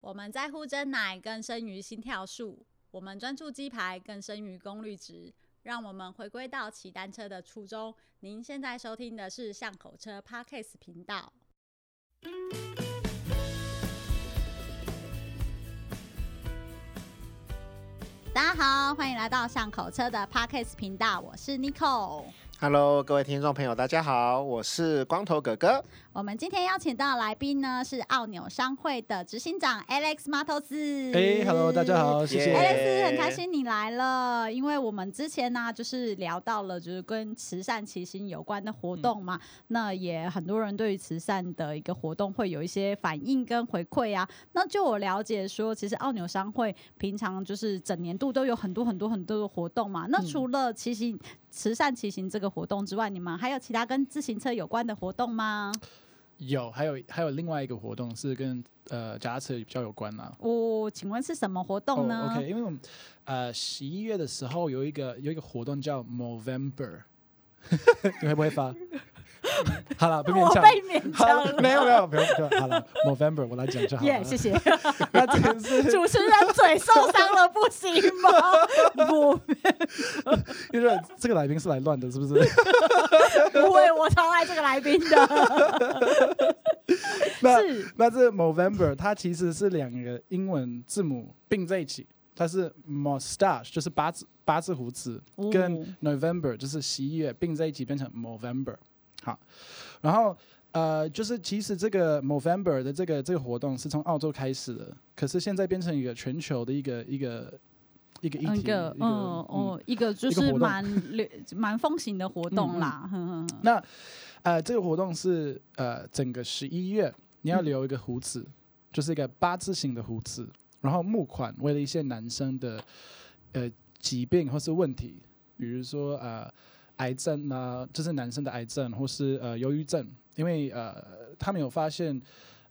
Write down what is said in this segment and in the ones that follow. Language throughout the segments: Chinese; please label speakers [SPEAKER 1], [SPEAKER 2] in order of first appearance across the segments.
[SPEAKER 1] 我们在乎真奶更胜于心跳数，我们专注鸡排更胜于功率值。让我们回归到骑单车的初衷。您现在收听的是巷口车 Podcast 频道。大家好，欢迎来到巷口车的 Podcast 频道，我是 Nico。
[SPEAKER 2] Hello，各位听众朋友，大家好，我是光头哥哥。
[SPEAKER 1] 我们今天邀请到的来宾呢是奥纽商会的执行长 Alex 马头斯。
[SPEAKER 3] 哎、h e l l o 大家。好，谢谢。
[SPEAKER 2] 耶
[SPEAKER 1] Alex，很开心你来了，因为我们之前呢、就是聊到了就是跟慈善骑行有关的活动
[SPEAKER 3] 嗯
[SPEAKER 1] 嘛，那也很多人对于慈善的一个活动会有一些反应跟回馈啊。那就我了解说，其实奥纽商会平常就是整年度都有很多很多很多的活动
[SPEAKER 3] 嗯
[SPEAKER 1] 嘛。那除了骑行、慈善骑行这个活动之外，你们还有其他跟自行车有关的活动吗？
[SPEAKER 3] 有，还有还有另外一个活动是跟呃脚踏车比较有关啦。
[SPEAKER 1] 哦，请问是什么活动呢？
[SPEAKER 3] o k 因为我们呃十一月的时候有一个有一个活动叫 Movember，你会不 会发？好了，不勉
[SPEAKER 1] 我
[SPEAKER 3] 强。
[SPEAKER 1] 被勉
[SPEAKER 3] 好
[SPEAKER 1] 强
[SPEAKER 3] 了，没有没
[SPEAKER 1] 了。
[SPEAKER 3] 有，不用不用。好了，Movember 我来讲就好 了。
[SPEAKER 1] 耶谢谢。
[SPEAKER 3] 那这个是
[SPEAKER 1] 主持人嘴受伤了不行 吗？不，
[SPEAKER 3] 因为这个来宾是来乱的，是不 是？
[SPEAKER 1] 不会，我超爱这个来宾的。
[SPEAKER 3] 那
[SPEAKER 1] 是
[SPEAKER 3] 那这 Movember 它其实是两个英文字母并在一起，它是 mustache，就是八字八字胡子，
[SPEAKER 1] 哦
[SPEAKER 3] 跟 November 就是十一月并在一起变成 Movember。好，然后呃，就是其实这个 Movember 的这个这个活动是从澳洲开始的，可是现在变成一个全球的一个一个一个议题，
[SPEAKER 1] 一个嗯
[SPEAKER 3] 嗯。
[SPEAKER 1] 哦，一个就
[SPEAKER 3] 一个
[SPEAKER 1] 是
[SPEAKER 3] 活动嗯
[SPEAKER 1] 蛮流蛮风行的活动啦。哼哼哼
[SPEAKER 3] 那呃，这个活动是呃整个十一月，你要留一个胡子，就是一个八字形的胡子，然后募款为了一些男生的呃疾病或是问题，比如说呃癌症啊，就是男生的癌症或是呃忧郁症，因为呃他们有发现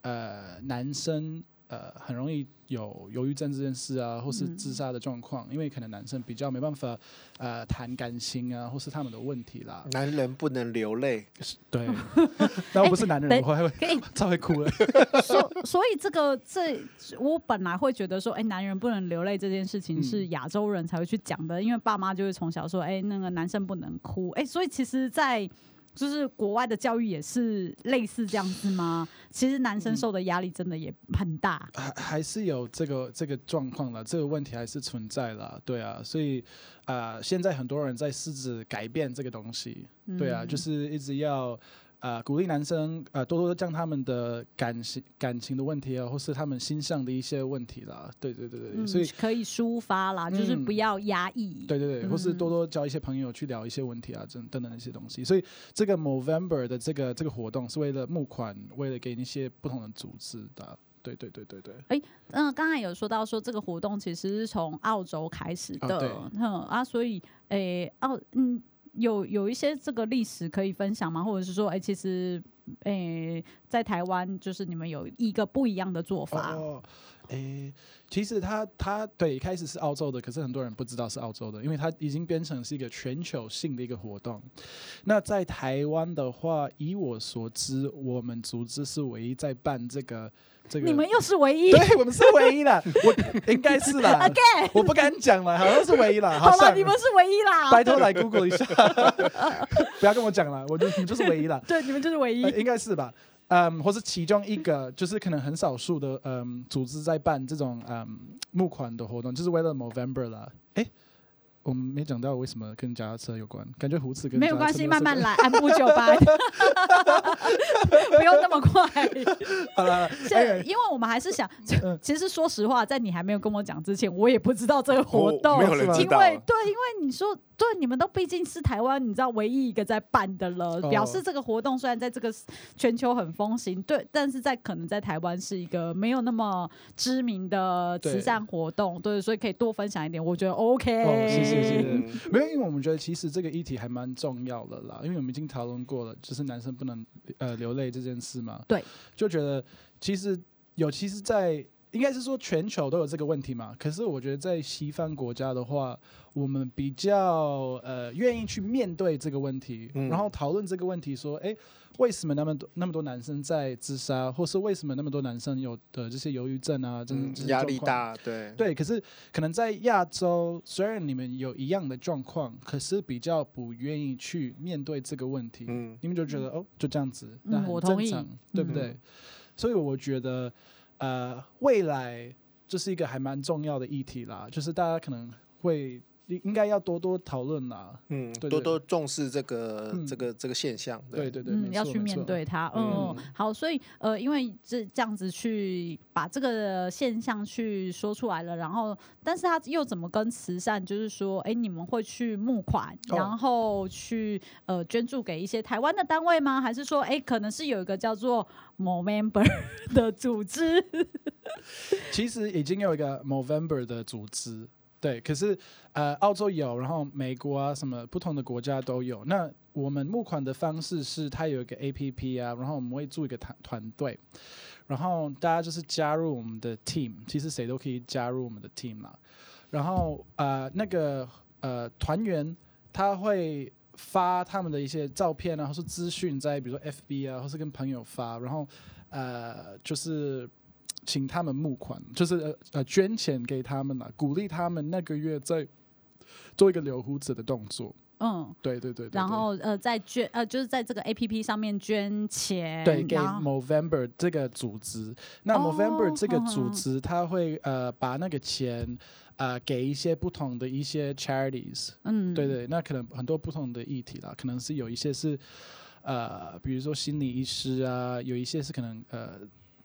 [SPEAKER 3] 呃男生。呃，很容易有忧郁症这件事啊，或是自杀的状况，因为可能男生比较没办法，呃，谈感情啊，或是他们的问题啦。
[SPEAKER 2] 男人不能流泪，
[SPEAKER 3] 对， 但我不是男人，
[SPEAKER 1] 等
[SPEAKER 3] 我还会
[SPEAKER 1] 可以，
[SPEAKER 3] 超会哭了。
[SPEAKER 1] 所 所以这个这，我本来会觉得说，哎、男人不能流泪这件事情
[SPEAKER 3] 嗯
[SPEAKER 1] 是亚洲人才会去讲的，因为爸妈就会从小说，哎、那个男生不能哭，哎、所以其实，在就是国外的教育也是类似这样子吗？其实男生受的压力真的也很大。
[SPEAKER 3] 还还是有这个这个状况了，这个问题还是存在了，对啊，所以啊、呃现在很多人在试着改变这个东西，
[SPEAKER 1] 嗯
[SPEAKER 3] 对啊，就是一直要呃鼓励男生呃多多将他们的感情感情的问题啊，或是他们心上的一些问题啦，对对对对，
[SPEAKER 1] 嗯
[SPEAKER 3] 所以
[SPEAKER 1] 可以抒发啦，就是
[SPEAKER 3] 嗯
[SPEAKER 1] 不要压抑。
[SPEAKER 3] 对对对，或
[SPEAKER 1] 嗯
[SPEAKER 3] 是多多交一些朋友去聊一些问题啊，等等等的一些东西。所以这个 Movember 的这个这个活动是为了募款，为了给一些不同的组织的。对对对对对，
[SPEAKER 1] 嗯，刚才有说到说这个活动其实是从澳洲开始的，
[SPEAKER 3] 啊对
[SPEAKER 1] 嗯啊，所以诶、澳嗯有有一些这个历史可以分享吗？或者是说，诶、其实诶、在台湾就是你们有一个不一样的做法，
[SPEAKER 3] 哦，诶，其实它它对一开始是澳洲的，可是很多人不知道是澳洲的，因为它已经变成是一个全球性的一个活动。那在台湾的话，以我所知，我们组织是唯一在办这个这个。
[SPEAKER 1] 你们又是唯一。
[SPEAKER 3] 对，我们是唯一啦，我应该是啦
[SPEAKER 1] Again，
[SPEAKER 3] 我不敢讲了，好像是唯一啦。
[SPEAKER 1] 好
[SPEAKER 3] 算
[SPEAKER 1] 了，你们是唯一啦
[SPEAKER 3] 拜，托来 Google 一下， 不要跟我讲了，我就你们就是唯一啦，
[SPEAKER 1] 对， 你们就是唯一
[SPEAKER 3] 呃。应该是吧？嗯，或是其中一个，就是可能很少数的嗯组织在办这种嗯募款的活动，就是为了 November 啦。诶，我们没讲到为什么跟脚踏车有关，感觉胡子跟
[SPEAKER 1] 没
[SPEAKER 3] 脚
[SPEAKER 1] 有
[SPEAKER 3] 踏
[SPEAKER 1] 关
[SPEAKER 3] 车
[SPEAKER 1] 系，
[SPEAKER 3] 什
[SPEAKER 1] 慢
[SPEAKER 3] 么
[SPEAKER 1] 慢来，按部就班， 不用那么快。
[SPEAKER 3] 好了，
[SPEAKER 1] 是因为我们还是想，
[SPEAKER 3] 嗯
[SPEAKER 1] 其实说实话，在你还没有跟我讲之前，我也不知道这个活动，
[SPEAKER 2] 没有人知
[SPEAKER 1] 因
[SPEAKER 2] 道。
[SPEAKER 1] 为对，因为你说对，你们都毕竟是台湾，你知道唯一一个在办的了，
[SPEAKER 3] 哦
[SPEAKER 1] 表示这个活动虽然在这个全球很风行，对，但是在可能在台湾是一个没有那么知名的慈
[SPEAKER 3] 对
[SPEAKER 1] 善活动，对，所以可以多分享一点，我觉得 OK。
[SPEAKER 3] 哦谢谢谢谢
[SPEAKER 2] 嗯
[SPEAKER 3] 没有，因为我们觉得其实这个议题还蛮重要的啦，因为我们已经讨论过了，就是男生不能呃流泪这件事嘛。
[SPEAKER 1] 对，
[SPEAKER 3] 就觉得其实尤其是在应该是说全球都有这个问题嘛。可是我觉得在西方国家的话，我们比较呃愿意去面对这个问题，
[SPEAKER 2] 嗯
[SPEAKER 3] 然后讨论这个问题，说，哎，为什么那么多那么多男生在自杀，或是为什么那么多男生有的这些忧郁症啊，这
[SPEAKER 2] 嗯
[SPEAKER 3] 这些
[SPEAKER 2] 压力
[SPEAKER 3] 状况
[SPEAKER 2] 大，对，
[SPEAKER 3] 对，可是可能在亚洲，虽然你们有一样的状况，可是比较不愿意去面对这个问题。
[SPEAKER 2] 嗯
[SPEAKER 3] 你们就觉得哦，就这样子，
[SPEAKER 1] 嗯
[SPEAKER 3] 那很
[SPEAKER 1] 我同
[SPEAKER 3] 正
[SPEAKER 1] 意
[SPEAKER 3] 常，对不
[SPEAKER 2] 嗯
[SPEAKER 3] 对？所以我觉得，呃，未来这是一个还蛮重要的议题啦，就是大家可能会应应该要多多讨论啦。
[SPEAKER 2] 嗯，
[SPEAKER 3] 对
[SPEAKER 2] 多
[SPEAKER 3] 对
[SPEAKER 2] 多重视这个
[SPEAKER 3] 嗯
[SPEAKER 2] 这个这个现象，
[SPEAKER 3] 对对对，没
[SPEAKER 1] 嗯，要
[SPEAKER 3] 错
[SPEAKER 1] 去
[SPEAKER 3] 没
[SPEAKER 1] 面
[SPEAKER 3] 错
[SPEAKER 1] 对它。
[SPEAKER 2] 嗯
[SPEAKER 1] 嗯，好，所以呃，因为这这样子去把这个现象去说出来了，然后，但是它又怎么跟慈善，就是说，哎、你们会去募款，
[SPEAKER 3] 哦
[SPEAKER 1] 然后去呃捐助给一些台湾的单位吗？还是说，哎、可能是有一个叫做某 member 的组织？
[SPEAKER 3] 其实已经有一个 Movember 的组织，对，可是呃，澳洲有，然后美国啊，什么不同的国家都有。那我们募款的方式是，它有一个 APP 啊，然后我们会做一个团团队，然后大家就是加入我们的 team，其实谁都可以加入我们的 team 啦。然后呃，那个呃团员他会发他们的一些照片啊，或是资讯在比如说 FB 啊，或是跟朋友发，然后呃就是请他们募款，就是呃呃捐钱给他们了，鼓励他们那个月再做一个留胡子的动作。
[SPEAKER 1] 嗯，
[SPEAKER 3] 对对对对对
[SPEAKER 1] 然后呃，在捐呃，就是在这个 A P P 上面捐钱，
[SPEAKER 3] 对给
[SPEAKER 1] 然后
[SPEAKER 3] Movember 这个组织，那
[SPEAKER 1] 哦
[SPEAKER 3] Movember 这个
[SPEAKER 1] 哼哼
[SPEAKER 3] 组
[SPEAKER 1] 哼
[SPEAKER 3] 织，他会呃把那个钱呃给一些不同的一些 charities，
[SPEAKER 1] 嗯，
[SPEAKER 3] 对对，那可能很多不同的议题啦，可能是有一些是呃，比如说心理医师啊，有一些是可能呃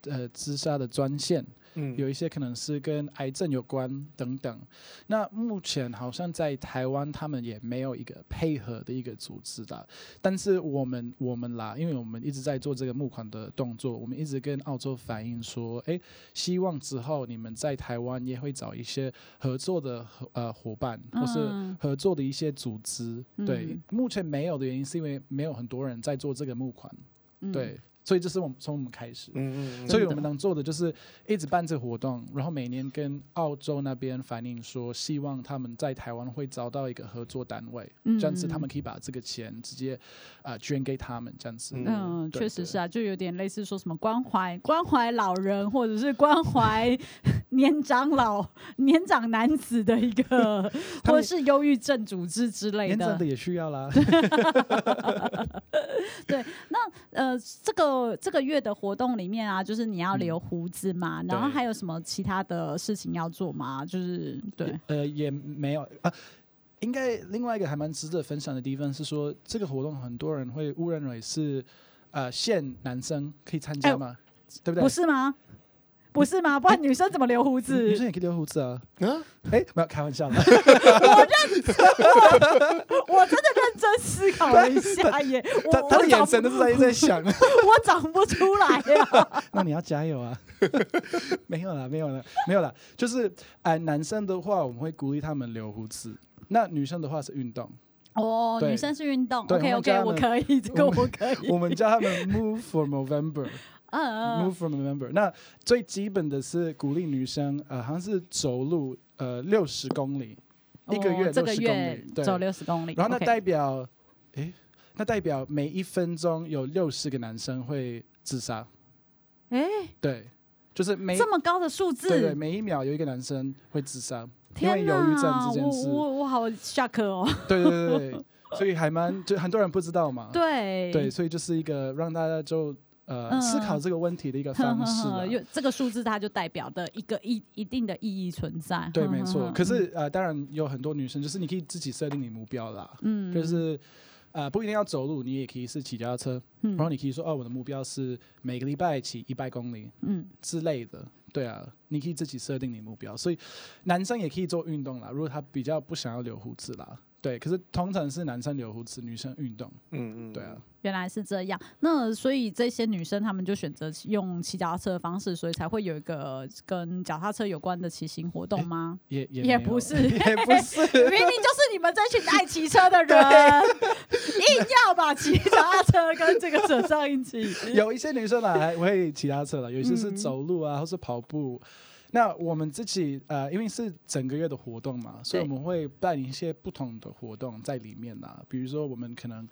[SPEAKER 3] 呃自杀的专线，
[SPEAKER 2] 嗯，
[SPEAKER 3] 有一些可能是跟癌症有关等等。那目前好像在台湾，他们也没有一个配合的一个组织的。但是我们我们啦，因为我们一直在做这个募款的动作，我们一直跟澳洲反映说，诶，希望之后你们在台湾也会找一些合作的合呃伙伴，或是
[SPEAKER 1] 嗯
[SPEAKER 3] 合作的一些组织。对
[SPEAKER 1] 嗯，
[SPEAKER 3] 目前没有的原因是因为没有很多人在做这个募款，
[SPEAKER 1] 嗯
[SPEAKER 3] 对，所以这是我们从我们开始。
[SPEAKER 2] 嗯嗯嗯，
[SPEAKER 3] 所以我
[SPEAKER 1] 真
[SPEAKER 3] 们
[SPEAKER 1] 的
[SPEAKER 3] 能做的就是一直办这活动，然后每年跟澳洲那边反映说，希望他们在台湾会找到一个合作单位，
[SPEAKER 1] 嗯
[SPEAKER 3] 这样子他们可以把这个钱直接呃捐给他们，这样子。
[SPEAKER 2] 嗯
[SPEAKER 1] 嗯，
[SPEAKER 3] 对
[SPEAKER 1] 确实
[SPEAKER 3] 对
[SPEAKER 1] 是啊，就有点类似说什么关怀关怀老人，或者是关 怀年长老年长男子的一个，
[SPEAKER 3] 他
[SPEAKER 1] 或者
[SPEAKER 3] 们
[SPEAKER 1] 是忧郁症组织之类
[SPEAKER 3] 年长
[SPEAKER 1] 的
[SPEAKER 3] 的。也需 要啦，
[SPEAKER 1] 呃，这个这个月的活动里面啊，就是你要留胡子嘛，然后
[SPEAKER 3] 嗯对
[SPEAKER 1] 还有什么其他的事情要做吗？就是对，
[SPEAKER 3] 呃，也没有啊。应该另外一个还蛮值得分享的地方是说，这个活动很多人会误认为是呃限男生可以参
[SPEAKER 1] 哎
[SPEAKER 3] 加
[SPEAKER 1] 呦
[SPEAKER 3] 吗？对不对？
[SPEAKER 1] 不是吗？不是吗？不然女生怎么留胡子？
[SPEAKER 3] 女生也可以留胡子啊。
[SPEAKER 2] 嗯
[SPEAKER 3] 哎、没有开玩笑啦。
[SPEAKER 1] 我真的认真思考了一下 耶，我
[SPEAKER 3] 他他
[SPEAKER 1] 我
[SPEAKER 3] 的
[SPEAKER 1] 找
[SPEAKER 3] 眼
[SPEAKER 1] 不
[SPEAKER 3] 神都是在在想，啊
[SPEAKER 1] 我长不 出来呀。
[SPEAKER 3] 那你要加油啊！ 没有啦，没有啦，没有啦。就是哎、呃男生的话，我们会鼓励他们留胡子；那女生的话是运动。
[SPEAKER 1] 哦，
[SPEAKER 3] 对
[SPEAKER 1] 女生是运动
[SPEAKER 3] 对
[SPEAKER 1] ，OK
[SPEAKER 3] 我们家
[SPEAKER 1] OK，
[SPEAKER 3] 呢
[SPEAKER 1] 我可以，这个
[SPEAKER 3] 我
[SPEAKER 1] 我可以，
[SPEAKER 3] 我们叫他们 move for November，move
[SPEAKER 1] 嗯嗯
[SPEAKER 3] for November。那最基本的是鼓励女生，呃，好像是走路呃六十公里，
[SPEAKER 1] 嗯，
[SPEAKER 3] 一个月
[SPEAKER 1] 哦这个
[SPEAKER 3] 60公
[SPEAKER 1] 月
[SPEAKER 3] 里，
[SPEAKER 1] 走
[SPEAKER 3] 对。
[SPEAKER 1] 六十公里，
[SPEAKER 3] 然后那
[SPEAKER 1] OK
[SPEAKER 3] 代表，诶、那代表每一分钟有六十个男生会自杀。
[SPEAKER 1] 诶
[SPEAKER 3] 对，就是每
[SPEAKER 1] 这么高的数
[SPEAKER 3] 对对
[SPEAKER 1] 字，
[SPEAKER 3] 每一秒有一个男生会自杀。因为
[SPEAKER 1] 天
[SPEAKER 3] 忧郁症
[SPEAKER 1] 哪，
[SPEAKER 3] 这件
[SPEAKER 1] 我
[SPEAKER 3] 事，
[SPEAKER 1] 我我好下课哦，
[SPEAKER 3] 对对对对，所以还蛮就很多人不知道嘛。
[SPEAKER 1] 对
[SPEAKER 3] 对，所以就是一个让大家就呃、
[SPEAKER 1] 嗯
[SPEAKER 3] 思考这个问题的一 个方式啊啦。
[SPEAKER 1] 有这个数字，它就代表的一个一一定的意义存在。嗯
[SPEAKER 3] 对，
[SPEAKER 1] 哼
[SPEAKER 3] 没
[SPEAKER 1] 哼
[SPEAKER 3] 错。
[SPEAKER 1] 哼
[SPEAKER 3] 可是呃，当然有很多女生，就是你可以自己设定你目标啦，
[SPEAKER 1] 嗯，
[SPEAKER 3] 就是呃不一定要走路，你也可以是骑脚踏车，
[SPEAKER 1] 嗯
[SPEAKER 3] 然后你可以说哦，我的目标是每个礼拜骑一百公里
[SPEAKER 1] 嗯
[SPEAKER 3] 之类的。对啊，你可以自己设定你目标，所以男生也可以做运动啦。如果他比较不想要留胡子啦，对，可是通常是男生留胡子，女生运动。
[SPEAKER 2] 嗯嗯，
[SPEAKER 3] 对啊，
[SPEAKER 1] 原来是这样，那所以这些女生她们就选择用骑脚踏车的方式，所以才会有一个跟脚踏车有关的骑行活动吗？
[SPEAKER 3] 也也
[SPEAKER 1] 也
[SPEAKER 3] 没
[SPEAKER 1] 不
[SPEAKER 3] 有
[SPEAKER 1] 是
[SPEAKER 3] 也不
[SPEAKER 1] 明
[SPEAKER 3] 是，
[SPEAKER 1] 明就是你们这群爱骑车的人，硬要把骑脚踏车跟这个扯上一起。
[SPEAKER 3] 啊有一些女生呢还会骑脚踏车了，有一些是
[SPEAKER 1] 嗯
[SPEAKER 3] 走路啊，或是跑步，那我们自己呃，因为是整个月的活动嘛，所以我
[SPEAKER 1] 对
[SPEAKER 3] 们会办一些不同的活动在里面啦。比如说，我们可能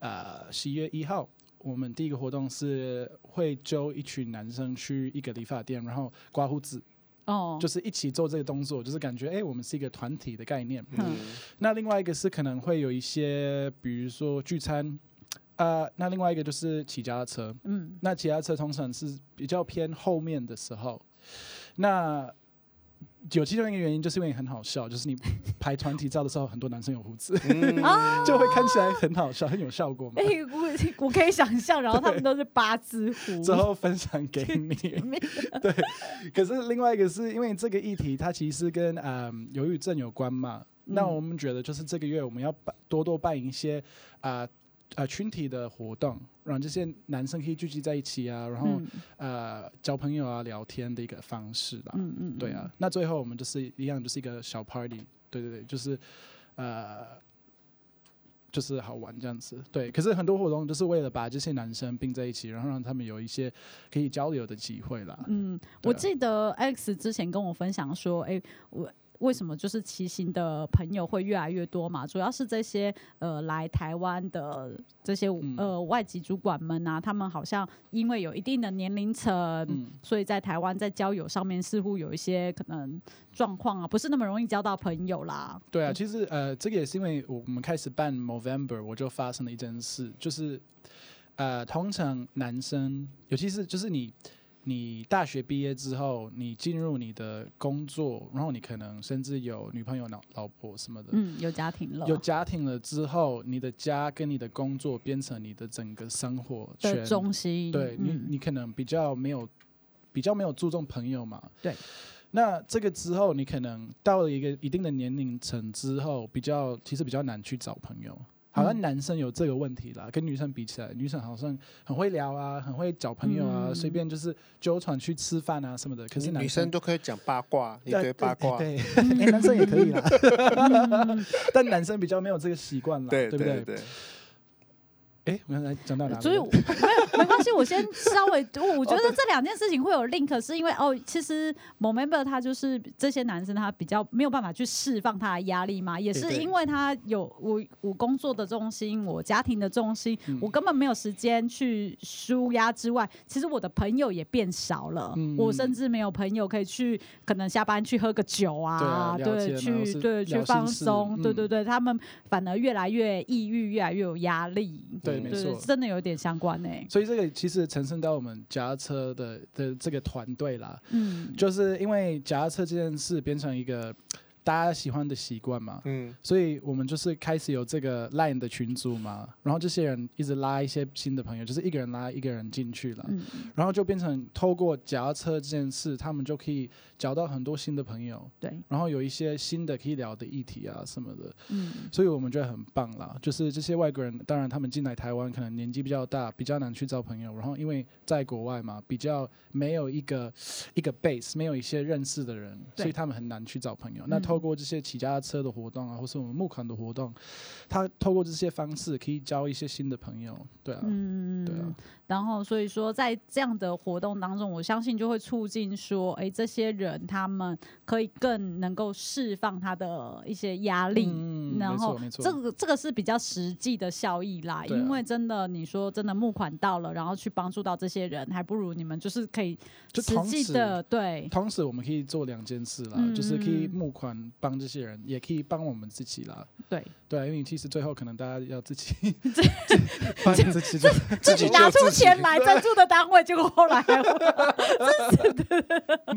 [SPEAKER 3] 呃十一月一号，我们第一个活动是会揪一群男生去一个理发店，然后刮胡子，
[SPEAKER 1] 哦，
[SPEAKER 3] 就是一起做这个动作，就是感觉哎、诶我们是一个团体的概念。
[SPEAKER 1] 嗯
[SPEAKER 3] 那另外一个是可能会有一些，比如说聚餐，呃，那另外一个就是骑脚踏车。
[SPEAKER 1] 嗯，
[SPEAKER 3] 那其他车通常是比较偏后面的时候。那有其中一个原因，就是因为很好笑，就是你拍团体照的时候，很多男生有胡子，
[SPEAKER 1] 啊
[SPEAKER 3] 就会看起来很好笑，很有效果嘛
[SPEAKER 1] 哎、。我我可以想象，然后他们都是八字胡，
[SPEAKER 3] 之后分享给你。
[SPEAKER 1] 没
[SPEAKER 3] 可是另外一个是因为这个议题，它其实跟嗯忧郁症有关嘛。那
[SPEAKER 1] 嗯
[SPEAKER 3] 我们觉得就是这个月我们要办多多办一些啊啊、呃群体的活动，让这些男生可以聚集在一起啊，然后、
[SPEAKER 1] 嗯
[SPEAKER 3] 呃交朋友啊、聊天的一个方式啦。
[SPEAKER 1] 嗯嗯，
[SPEAKER 3] 对啊，那最后我们就是一样，就是一个小 party，对对对，就是呃，就是好玩这样子。对，可是很多活动就是为了把这些男生并在一起，然后让他们有一些可以交流的机会啦。
[SPEAKER 1] 嗯，
[SPEAKER 3] 对
[SPEAKER 1] 我
[SPEAKER 3] 啊
[SPEAKER 1] 记得 X 之前跟我分享说，哎、我。为什么就是骑行的朋友会越来越多嘛？主要是这些呃来台湾的这些
[SPEAKER 3] 嗯
[SPEAKER 1] 呃外籍主管们啊，他们好像因为有一定的年龄层，
[SPEAKER 3] 嗯，
[SPEAKER 1] 所以在台湾在交友上面似乎有一些可能状况啊，不是那么容易交到朋友啦。
[SPEAKER 3] 对啊，其实呃，这个也是因为我们开始办 November，我就发生了一件事，就是呃，通常男生，尤其是就是你。你大学毕业之后，你进入你的工作，然后你可能甚至有女朋友、老老婆什么的，
[SPEAKER 1] 嗯，有家庭了，
[SPEAKER 3] 有家庭了之后，你的家跟你的工作变成你的整个生活圈
[SPEAKER 1] 的。中心，
[SPEAKER 3] 对你，
[SPEAKER 1] 嗯、
[SPEAKER 3] 你可能比较没有，比较没有注重朋友嘛。
[SPEAKER 1] 对。
[SPEAKER 3] 那这个之后，你可能到了一个一定的年龄层之后，比较其实比较难去找朋友。好像
[SPEAKER 1] 嗯
[SPEAKER 3] 男生有这个问题啦，跟女生比起来，女生好像很会聊啊，很会找朋友啊，
[SPEAKER 1] 嗯
[SPEAKER 3] 随便就是纠缠去吃饭啊什么的。可是
[SPEAKER 2] 女
[SPEAKER 3] 男
[SPEAKER 2] 女生都可以讲八卦，一
[SPEAKER 3] 对
[SPEAKER 2] 堆八卦，
[SPEAKER 3] 对， 哎男生也可以啦， 但男生比较没有这个习惯啦，
[SPEAKER 2] 对
[SPEAKER 3] 不
[SPEAKER 2] 对对，
[SPEAKER 3] 哎，我刚才讲到哪里了？哦
[SPEAKER 1] 所以我 没有没关系，我先稍微， 我我觉得这两件事情会有 link，是因为哦，其实 Momember 他就是这些男生他比较没有办法去释放他的压力嘛，也是
[SPEAKER 3] 对
[SPEAKER 1] 因为他有我我工作的重心，我家庭的重心，
[SPEAKER 3] 嗯
[SPEAKER 1] 我根本没有时间去舒压之外，其实我的朋友也变少了，
[SPEAKER 3] 嗯
[SPEAKER 1] 我甚至没有朋友可以去，可能下班去喝个酒
[SPEAKER 3] 对啊
[SPEAKER 1] 啊，
[SPEAKER 3] 聊天
[SPEAKER 1] 对，
[SPEAKER 3] 啊
[SPEAKER 1] 去
[SPEAKER 3] 或是
[SPEAKER 1] 对去
[SPEAKER 3] 聊心
[SPEAKER 1] 放
[SPEAKER 3] 事
[SPEAKER 1] 松，对
[SPEAKER 3] 嗯
[SPEAKER 1] 对对，他们反而越来越抑郁，越来越有压力。
[SPEAKER 3] 对，
[SPEAKER 2] 嗯
[SPEAKER 3] 没
[SPEAKER 1] 对，
[SPEAKER 3] 错。
[SPEAKER 1] 真的有点相关呢、
[SPEAKER 3] 所以这个其实产生到我们夹车的的这个团队啦，
[SPEAKER 1] 嗯，
[SPEAKER 3] 就是因为夹车这件事变成一个大家喜欢的习惯嘛，
[SPEAKER 2] 嗯，
[SPEAKER 3] 所以我们就是开始有这个 Line 的群组嘛，然后这些人一直拉一些新的朋友，就是一个人拉一个人进去了，
[SPEAKER 1] 嗯
[SPEAKER 3] 然后就变成透过夹车这件事，他们就可以交到很多新的朋友，
[SPEAKER 1] 对，
[SPEAKER 3] 然后有一些新的可以聊的议题啊什么的，
[SPEAKER 1] 嗯
[SPEAKER 3] 所以我们觉得很棒啦。就是这些外国人，当然他们进来台湾可能年纪比较大，比较难去交朋友，然后因为在国外嘛，比较没有一个一个 base，没有一些认识的人，
[SPEAKER 1] 对
[SPEAKER 3] 所以他们很难去找朋友。那
[SPEAKER 1] 嗯
[SPEAKER 3] 透过这些骑家车的活动啊，或是我们募款的活动，他透过这些方式可以交一些新的朋友，对啊，
[SPEAKER 1] 嗯，
[SPEAKER 3] 对啊。
[SPEAKER 1] 然后所以说，在这样的活动当中，我相信就会促进说，哎，这些人他们可以更能够释放他的一些压力。
[SPEAKER 3] 嗯，
[SPEAKER 1] 然
[SPEAKER 3] 没
[SPEAKER 1] 后
[SPEAKER 3] 错没错，
[SPEAKER 1] 这个这个是比较实际的效益啦，
[SPEAKER 3] 对啊
[SPEAKER 1] 因为真的你说真的募款到了，然后去帮助到这些人，还不如你们就是可以
[SPEAKER 3] 就
[SPEAKER 1] 实
[SPEAKER 3] 同
[SPEAKER 1] 际
[SPEAKER 3] 时
[SPEAKER 1] 的对，
[SPEAKER 3] 同时，我们可以做两件事啦，
[SPEAKER 1] 嗯
[SPEAKER 3] 就是可以
[SPEAKER 1] 嗯嗯
[SPEAKER 3] 募款帮这些人，也可以帮我们自己啦。
[SPEAKER 1] 对，
[SPEAKER 3] 对啊，因为其实最后可能大家要自己 帮自己就
[SPEAKER 1] 自
[SPEAKER 2] 己
[SPEAKER 1] 己
[SPEAKER 2] 拿
[SPEAKER 1] 拿
[SPEAKER 2] 出
[SPEAKER 1] 出
[SPEAKER 2] 钱
[SPEAKER 1] 钱
[SPEAKER 2] 来
[SPEAKER 1] 来赞助的单位，结果后来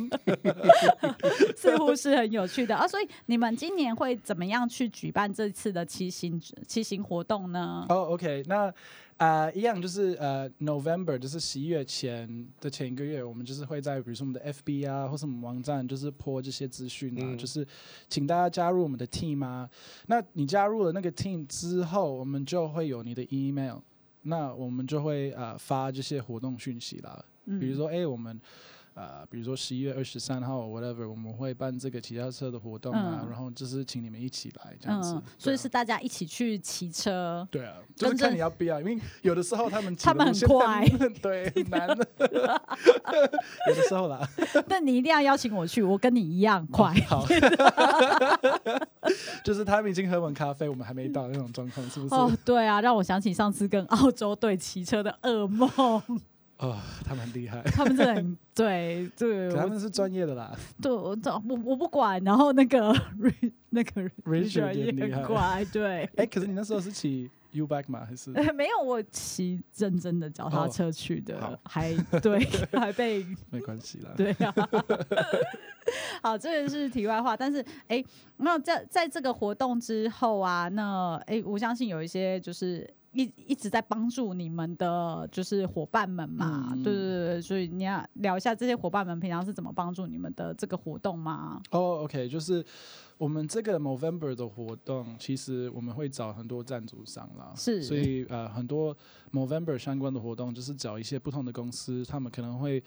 [SPEAKER 1] 似乎是很有趣的啊。所以你们今年会怎么样去举办这次的骑行骑行活动呢？
[SPEAKER 3] 哦、o k 那呃，一样就是呃，November 就是十一月前的前一个月，我们就是会在比如说我们的 FB 啊，或是我们网站，就是播这些资讯啊，
[SPEAKER 2] 嗯
[SPEAKER 3] 就是请大家加入我们的 team 啊。那你加入了那个 team 之后，我们就会有你的 email，那我们就会呃发这些活动讯息啦。
[SPEAKER 1] 嗯
[SPEAKER 3] 比如说，哎、我们呃，比如说十一月二十三号 whatever，我们会办这个骑脚车的活动啊，
[SPEAKER 1] 嗯
[SPEAKER 3] 然后就是请你们一起来这样子。
[SPEAKER 1] 嗯，所以
[SPEAKER 3] 对啊
[SPEAKER 1] 是大家一起去骑车。
[SPEAKER 3] 对啊，就是
[SPEAKER 1] 跟着
[SPEAKER 3] 看你要不要，因为有的时候他们骑
[SPEAKER 1] 他们
[SPEAKER 3] 的路线
[SPEAKER 1] 很快
[SPEAKER 3] 对，很 难的，有的时候啦，
[SPEAKER 1] 但你一定要邀请我去，我跟你一
[SPEAKER 3] 哦
[SPEAKER 1] 样快。
[SPEAKER 3] 好，就是他们已经喝完咖啡，我们还没到那种状况，是不是？
[SPEAKER 1] 哦
[SPEAKER 3] 啊、，
[SPEAKER 1] 对啊，让我想起上次跟澳洲队骑车的噩梦。
[SPEAKER 3] 哦他们很厉害，
[SPEAKER 1] 他们真的很对对，
[SPEAKER 3] 可他
[SPEAKER 1] 我
[SPEAKER 3] 们是专业的啦，
[SPEAKER 1] 对我我我不管。然后那个 Ri- 那个
[SPEAKER 3] Richard 也
[SPEAKER 1] 也
[SPEAKER 3] 厉害
[SPEAKER 1] 很乖， 对。
[SPEAKER 3] 哎、可是你那时候是骑 U back 吗？还是？
[SPEAKER 1] 没有，我骑认真的脚踏车去的，
[SPEAKER 3] 哦好
[SPEAKER 1] 还对，还被
[SPEAKER 3] 没关系啦。
[SPEAKER 1] 对啊。 好，这个是题外话，但是哎、那在在这个活动之后啊，那哎、我相信有一些就是。一一直在帮助你们的，就是伙伴们嘛，
[SPEAKER 3] 嗯
[SPEAKER 1] 对对对对，所以你要聊一下这些伙伴们平常是怎么帮助你们的这个活动吗？
[SPEAKER 3] 哦、o k 就是我们这个 November 的活动，其实我们会找很多赞助商啦，
[SPEAKER 1] 是
[SPEAKER 3] 所以呃，很多 November 相关的活动就是找一些不同的公司，他们可能会